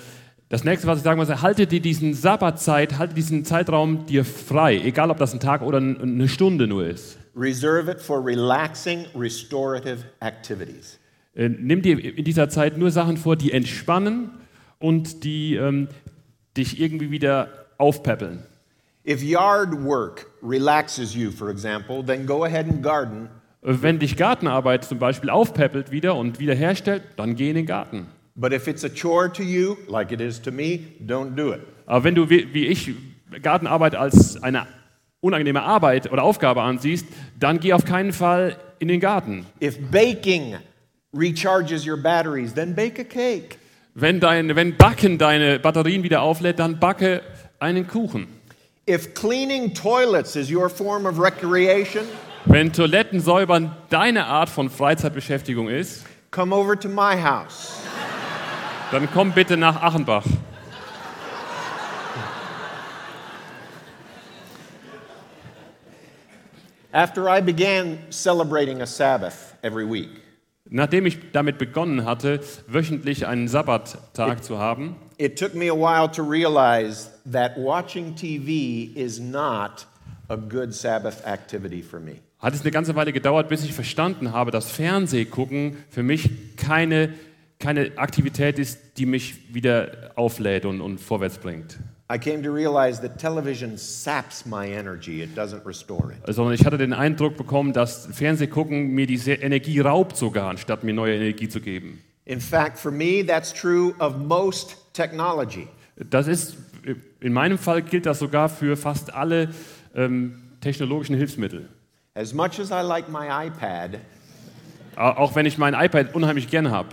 das nächste, was ich sagen muss, halte dir diesen Sabbatzeit, halte diesen Zeitraum dir frei, egal ob das ein Tag oder n- eine Stunde nur ist.
reserve it for relaxing, restorative activities.
Äh, nimm dir in dieser Zeit nur Sachen vor, die entspannen und die ähm, dich irgendwie wieder aufpäppeln.
If yard work relaxes you, for example, then go ahead and garden.
Äh, Wenn dich Gartenarbeit zum Beispiel aufpäppelt wieder und wiederherstellt, dann geh in den Garten.
But if it's a chore to you, like it is to me, don't do it.
Aber wenn du wie, wie ich Gartenarbeit als eine unangenehme Arbeit oder Aufgabe ansiehst, dann geh auf keinen Fall in den Garten.
If baking recharges your batteries, then bake a cake.
Wenn, dein, wenn Backen deine Batterien wieder auflädt, dann backe einen Kuchen.
If cleaning toilets is your form of recreation,
Wenn Toiletten säubern deine Art von Freizeitbeschäftigung ist,
come over to my house.
dann komm bitte nach Achenbach.
After I began celebrating a Sabbath every week,
Nachdem ich damit begonnen hatte, wöchentlich einen Sabbattag zu haben,
it took me a while to realize that watching TV is not a good Sabbath activity for me.
hat es eine ganze Weile gedauert, bis ich verstanden habe, dass Fernsehgucken für mich keine, keine Aktivität ist, die mich wieder auflädt und, und vorwärts bringt.
I came to realize that television saps my energy, it doesn't restore it.
sondern ich hatte den Eindruck bekommen, dass Fernsehgucken mir diese Energie raubt sogar, anstatt mir neue Energie zu geben.
In fact, for me, that's true of most technology.
Das ist, in meinem Fall gilt das sogar für fast alle ähm, technologischen Hilfsmittel.
As much as I like my iPad,
Au- Auch wenn ich mein iPad unheimlich gern habe.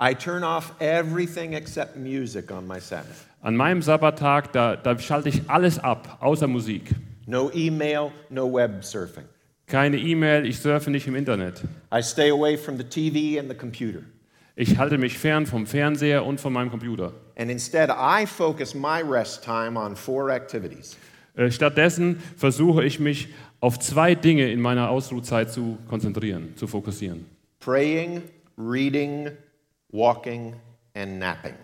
I turn off everything except music on my Sabbath.
An meinem Sabbattag, da, da schalte ich alles ab, außer Musik.
No email, no web surfing.
Keine E-Mail, ich surfe nicht im Internet.
I stay away from the TV and the computer.
Ich halte mich fern vom Fernseher und von meinem Computer.
And instead, I focus my rest time on four activities
Äh, Stattdessen versuche ich mich auf zwei Dinge in meiner Ausruhzeit zu konzentrieren, zu fokussieren.
praying, reading, walking, and napping.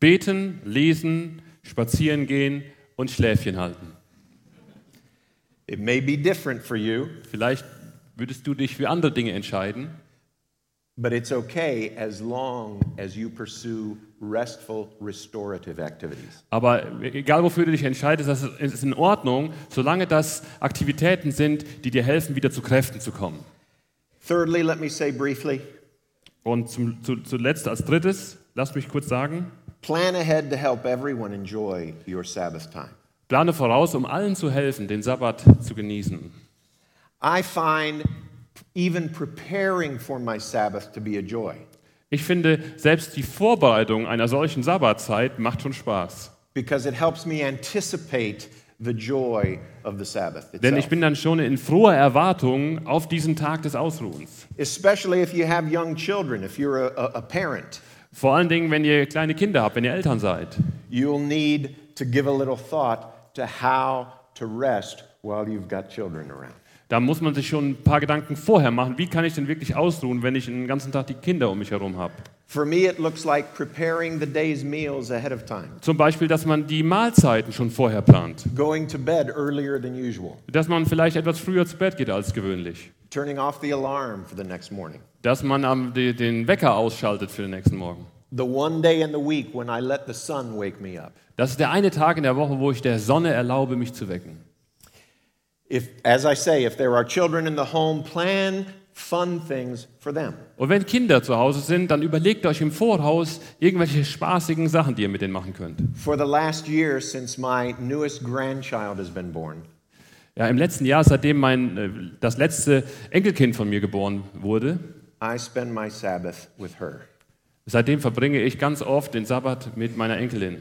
Beten, lesen, spazieren gehen und Schläfchen halten.
It may be different for you,
Vielleicht würdest du dich für andere Dinge entscheiden,
but it's okay as long as you pursue restful, restorative activities.
aber egal wofür du dich entscheidest, das ist- es ist in Ordnung, solange das Aktivitäten sind, die dir helfen, wieder zu Kräften zu kommen.
Thirdly, let me say briefly
Und zum, zu, zuletzt als drittes, lass mich kurz sagen,
plan ahead to help everyone enjoy your Sabbath time.
plane voraus, um allen zu helfen, den Sabbat zu genießen.
I find even preparing for my Sabbath to be a joy
Ich finde, selbst die Vorbereitung einer solchen Sabbatzeit macht schon Spaß.
because it helps me anticipate the joy of the Sabbath.
Denn
itself.
ich bin dann schon in froher Erwartung auf diesen Tag des Ausruhens.
Especially if you have young children, if you're a, a, a parent,
Vor allen Dingen, wenn ihr kleine Kinder habt, wenn ihr Eltern seid.
you'll need to give a little thought to how to rest while you've got children around.
Da muss man sich schon ein paar Gedanken vorher machen. Wie kann ich denn wirklich ausruhen, wenn ich den ganzen Tag die Kinder um mich herum habe?
For me, it looks like preparing the day's meals ahead of time,
Zum Beispiel, dass man die Mahlzeiten schon vorher plant.
going to bed earlier than usual,
Dass man vielleicht etwas früher zu Bett geht als gewöhnlich.
turning off the alarm for the next morning.
Dass man am, die, den Wecker ausschaltet für den nächsten Morgen.
The one day in the week when I let the sun wake me up.
Das ist der eine Tag in der Woche, wo ich der Sonne erlaube, mich zu wecken.
If, as I say, if there are children in the home, plan fun things for them.
Und wenn Kinder zu Hause sind, dann überlegt euch im Voraus irgendwelche spaßigen Sachen, die ihr mit denen machen könnt.
For the last year since my newest grandchild has been born,
Ja, im letzten Jahr, seitdem mein, äh, das letzte Enkelkind von mir geboren wurde,
I spend my Sabbath with her.
seitdem verbringe ich ganz oft den Sabbat mit meiner Enkelin.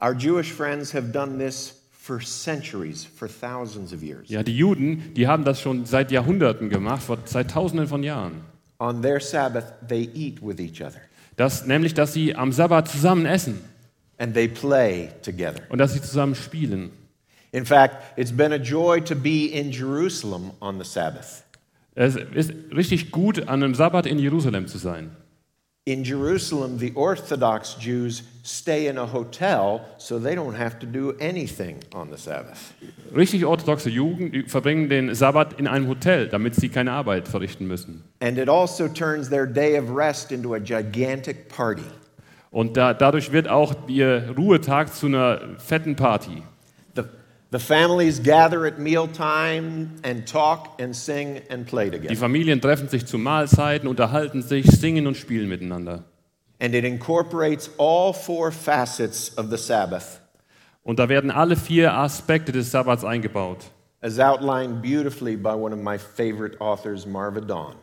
Our Jewish friends have done this for centuries, for thousands of years.
Ja, die Juden, die haben das schon seit Jahrhunderten gemacht, vor- seit Tausenden von Jahren.
On their Sabbath, they eat with each other
Das, nämlich, dass sie am Sabbat zusammen essen
and they play together.
und dass sie zusammen spielen.
In fact, it's been a joy to be in Jerusalem on the Sabbath.
Es ist richtig gut, an einem Sabbat in Jerusalem zu sein.
In Jerusalem, the Orthodox Jews stay in a hotel so they don't have to do anything on the Sabbath.
Richtig orthodoxe Jugend verbringen den Sabbat in einem Hotel, damit sie keine Arbeit verrichten müssen.
And it also turns their day of rest into a gigantic party.
Und da, dadurch wird auch ihr Ruhetag zu einer fetten Party.
The, the families gather at mealtime and talk and sing and play
Die
together.
Familien treffen sich zu Mahlzeiten, unterhalten sich, singen und spielen miteinander.
And it incorporates all four facets of the Sabbath
Und da werden alle vier Aspekte des Sabbats eingebaut.
as outlined beautifully by one of my favorite authors, Marva Dawn.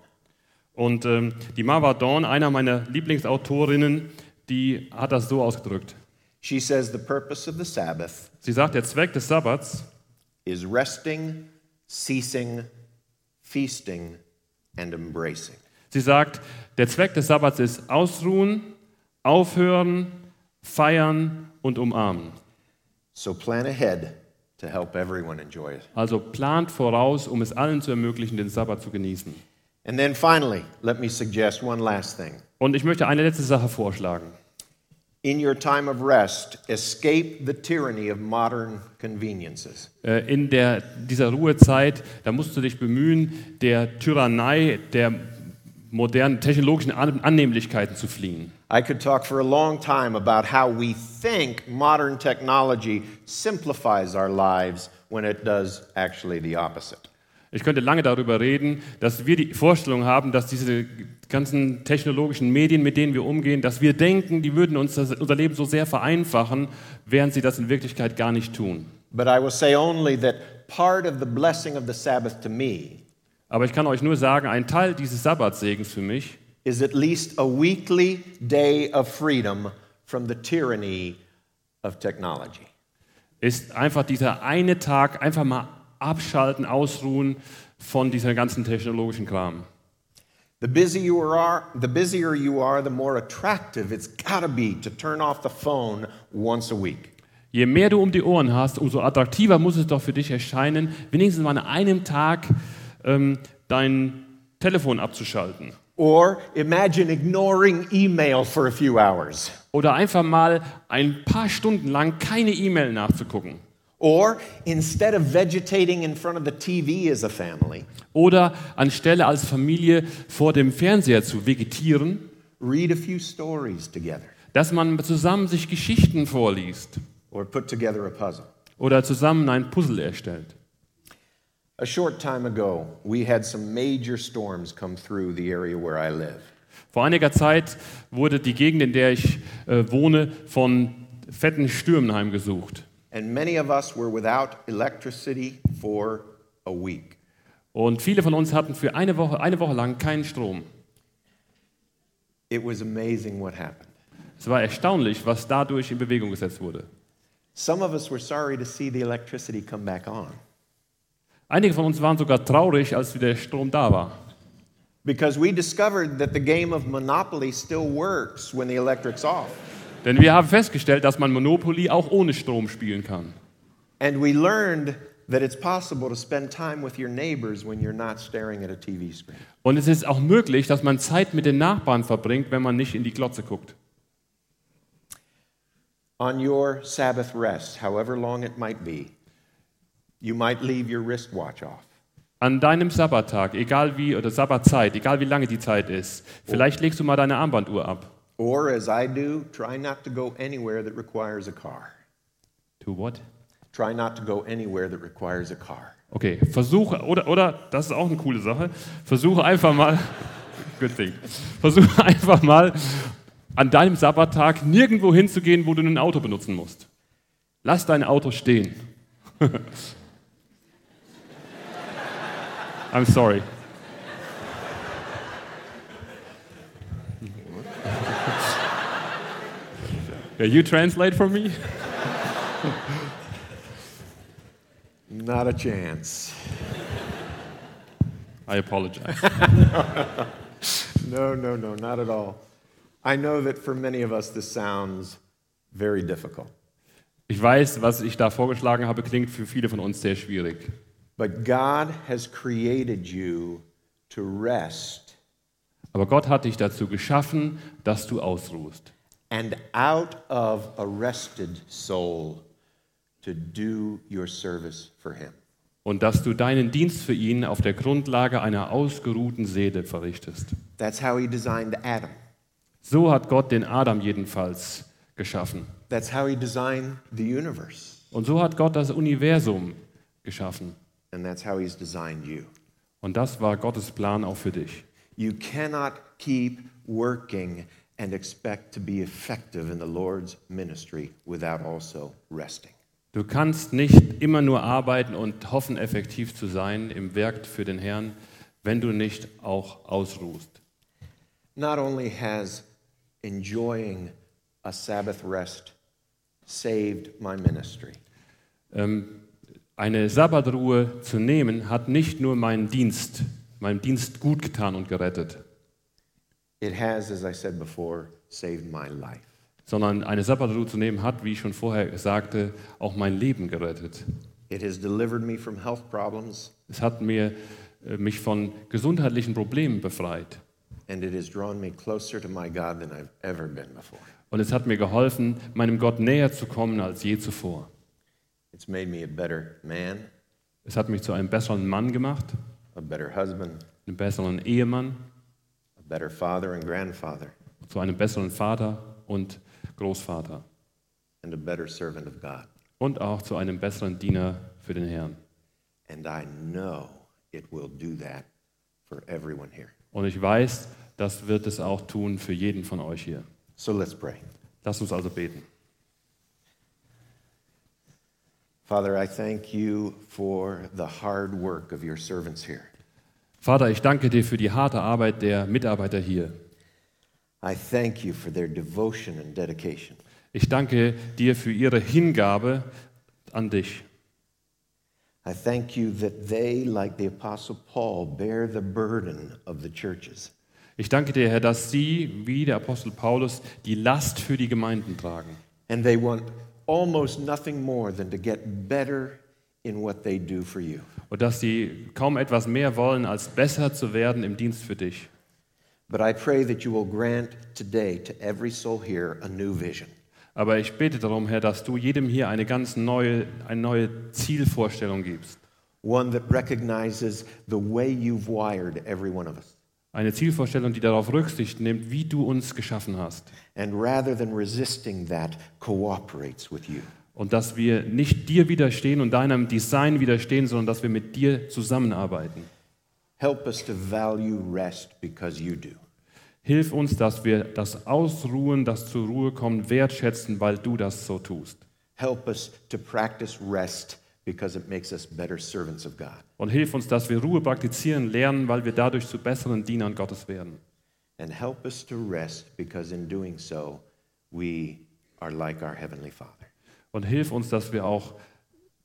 Und ähm, die Marva Dawn, einer meiner Lieblingsautorinnen, die hat das so ausgedrückt.
She says the purpose of the Sabbath
Sie sagt, der Zweck des Sabbats
is resting, ceasing, feasting, and embracing.
Sie sagt, der Zweck des Sabbats ist ausruhen, aufhören, feiern und umarmen.
So plan ahead to help everyone enjoy it.
Also plant voraus, um es allen zu ermöglichen, den Sabbat zu genießen.
And then finally, let me suggest one last thing.
Und ich möchte eine letzte Sache vorschlagen.
In your time of rest, escape the tyranny of modern conveniences.
Äh, In der, dieser Ruhezeit, da musst du dich bemühen, der Tyrannei der modernen technologischen An Annehmlichkeiten zu fliehen.
I could talk for a long time about how we think modern technology simplifies our lives when it does actually the opposite.
Ich könnte lange darüber reden, dass wir die Vorstellung haben, dass diese ganzen technologischen Medien, mit denen wir umgehen, dass wir denken, die würden uns das, unser Leben so sehr vereinfachen, während sie das in Wirklichkeit gar nicht tun.
But I will say only that part of the blessing of the Sabbath to me
Aber ich kann euch nur sagen, ein Teil dieses Sabbatsegens für mich
is at least a weekly day of freedom from the tyranny of technology.
ist einfach dieser eine Tag, einfach mal abschalten, ausruhen von diesem ganzen technologischen Kram.
The busier you are, the busier you are, the more attractive it's got to be to turn off the phone once a week.
Je mehr du um die Ohren hast, umso attraktiver muss es doch für dich erscheinen, wenigstens mal an einem Tag ähm, dein Telefon abzuschalten.
Or imagine ignoring email for a few hours.
Oder einfach mal ein paar Stunden lang keine E-Mail nachzugucken.
Or instead of vegetating in front of the TV as a family,
Oder anstelle als Familie vor dem Fernseher zu vegetieren,
read a few stories together
dass man zusammen sich Geschichten vorliest
or put together a puzzle.
oder zusammen ein Puzzle erstellt.
A short time ago, we had some major storms come through the area where I live.
Vor einiger Zeit wurde die Gegend, in der ich äh, wohne, von fetten Stürmen heimgesucht.
And many of us were without electricity for a week.
Und viele von uns hatten für eine Woche, eine Woche lang keinen Strom.
It was amazing what happened.
Es war erstaunlich, was dadurch in Bewegung gesetzt wurde.
Some of us were sorry to see the electricity come back on
Einige von uns waren sogar traurig, als wieder Strom da war,
because we discovered that the game of Monopoly still works when the electric's off.
Denn wir haben festgestellt, dass man Monopoly auch ohne Strom spielen kann.
And we learned that it's possible to spend time with your neighbors when you're not staring at a TV screen.
Und es ist auch möglich, dass man Zeit mit den Nachbarn verbringt, wenn man nicht in die Glotze guckt.
On your Sabbath rest, however long it might be, you might leave your wristwatch off.
An deinem Sabbattag, egal wie, oder Sabbatzeit, egal wie lange die Zeit ist, vielleicht legst du mal deine Armbanduhr ab.
Or, as I do, try not to go anywhere that requires a car.
To what?
Try not to go anywhere that requires a car.
Okay, versuche, oder, oder, das ist auch eine coole Sache, versuche einfach mal, good thing, versuche einfach mal, an deinem Sabbattag nirgendwo hinzugehen, wo du ein Auto benutzen musst. Lass dein Auto stehen. I'm sorry. Yeah, you translate for me?
Not a chance.
I apologize.
No, no, no, not at all. I know that for many of us this sounds very difficult,
Ich weiß, was ich da vorgeschlagen habe, klingt für viele von uns sehr schwierig.
but God has created you to rest,
Aber Gott hat dich dazu geschaffen, dass du ausruhst.
and out of a rested soul to do your service for Him.
Und dass du deinen Dienst für ihn auf der Grundlage einer ausgeruhten Seele verrichtest.
That's how He designed Adam,
So hat Gott den Adam jedenfalls geschaffen.
that's how He designed the universe,
Und so hat Gott das Universum geschaffen.
and that's how He's designed you.
Und das war Gottes Plan auch für dich.
You cannot keep working and expect to be effective in the Lord's ministry without also resting.
Du kannst nicht immer nur arbeiten und hoffen, effektiv zu sein im Werk für den Herrn, wenn du nicht auch ausruhst.
Not only has enjoying a Sabbath rest saved my ministry,
Ähm, eine Sabbatruhe zu nehmen, hat nicht nur meinen Dienst, meinem Dienst gut getan und gerettet,
it has, as I said before, saved my life.
sondern eine Sabbatruhe zu nehmen hat, wie ich schon vorher sagte, auch mein Leben gerettet.
It has delivered me from health problems,
Es hat mir, äh, mich von gesundheitlichen Problemen befreit
and it has drawn me closer to my God than I've ever been before.
und es hat mir geholfen, meinem Gott näher zu kommen als je zuvor.
It's made me a better man,
Es hat mich zu einem besseren Mann gemacht,
a better husband,
einem besseren Ehemann,
a better father and grandfather,
zu einem besseren Vater und Großvater
and a better servant of God.
und auch zu einem besseren Diener für den Herrn.
And I know it will do that for everyone here.
Und ich weiß, das wird es auch tun für jeden von euch hier.
So let's pray.
Lasst uns also beten.
Father, I thank you for the hard work of your servants here.
Vater, ich danke dir für die harte Arbeit der Mitarbeiter hier.
I thank you for their devotion and dedication.
Ich danke dir für ihre Hingabe an dich.
I thank you that they, like the Apostle Paul, bear the burden of the churches.
Ich danke dir, Herr, dass sie, wie der Apostel Paulus, die Last für die Gemeinden tragen.
And they want almost nothing more than to get better in what they do for you.
Und dass sie kaum etwas mehr wollen, als besser zu werden im Dienst für dich.
But I pray that you will grant today to every soul here a new vision,
Aber ich bete darum, Herr, dass du jedem hier eine ganz neue, eine neue Zielvorstellung gibst.
one that recognizes the way you've wired every one of us.
Eine Zielvorstellung, die darauf Rücksicht nimmt, wie du uns geschaffen hast.
And rather than resisting that, cooperates with you.
Und dass wir nicht dir widerstehen und deinem Design widerstehen, sondern dass wir mit dir zusammenarbeiten.
Help us to value rest because you do.
Hilf uns, dass wir das Ausruhen, das zur Ruhe kommen, wertschätzen, weil du das so tust.
Help us to practice rest because it makes us better servants of God.
Und hilf uns, dass wir Ruhe praktizieren lernen, weil wir dadurch zu besseren Dienern Gottes werden.
And help us to rest because in doing so, we are like our Heavenly Father.
Und hilf uns, dass wir auch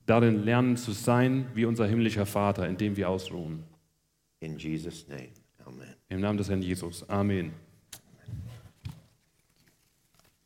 darin lernen zu sein wie unser himmlischer Vater, indem wir ausruhen.
In Jesus' name, amen.
Im Namen des Herrn Jesus. Amen.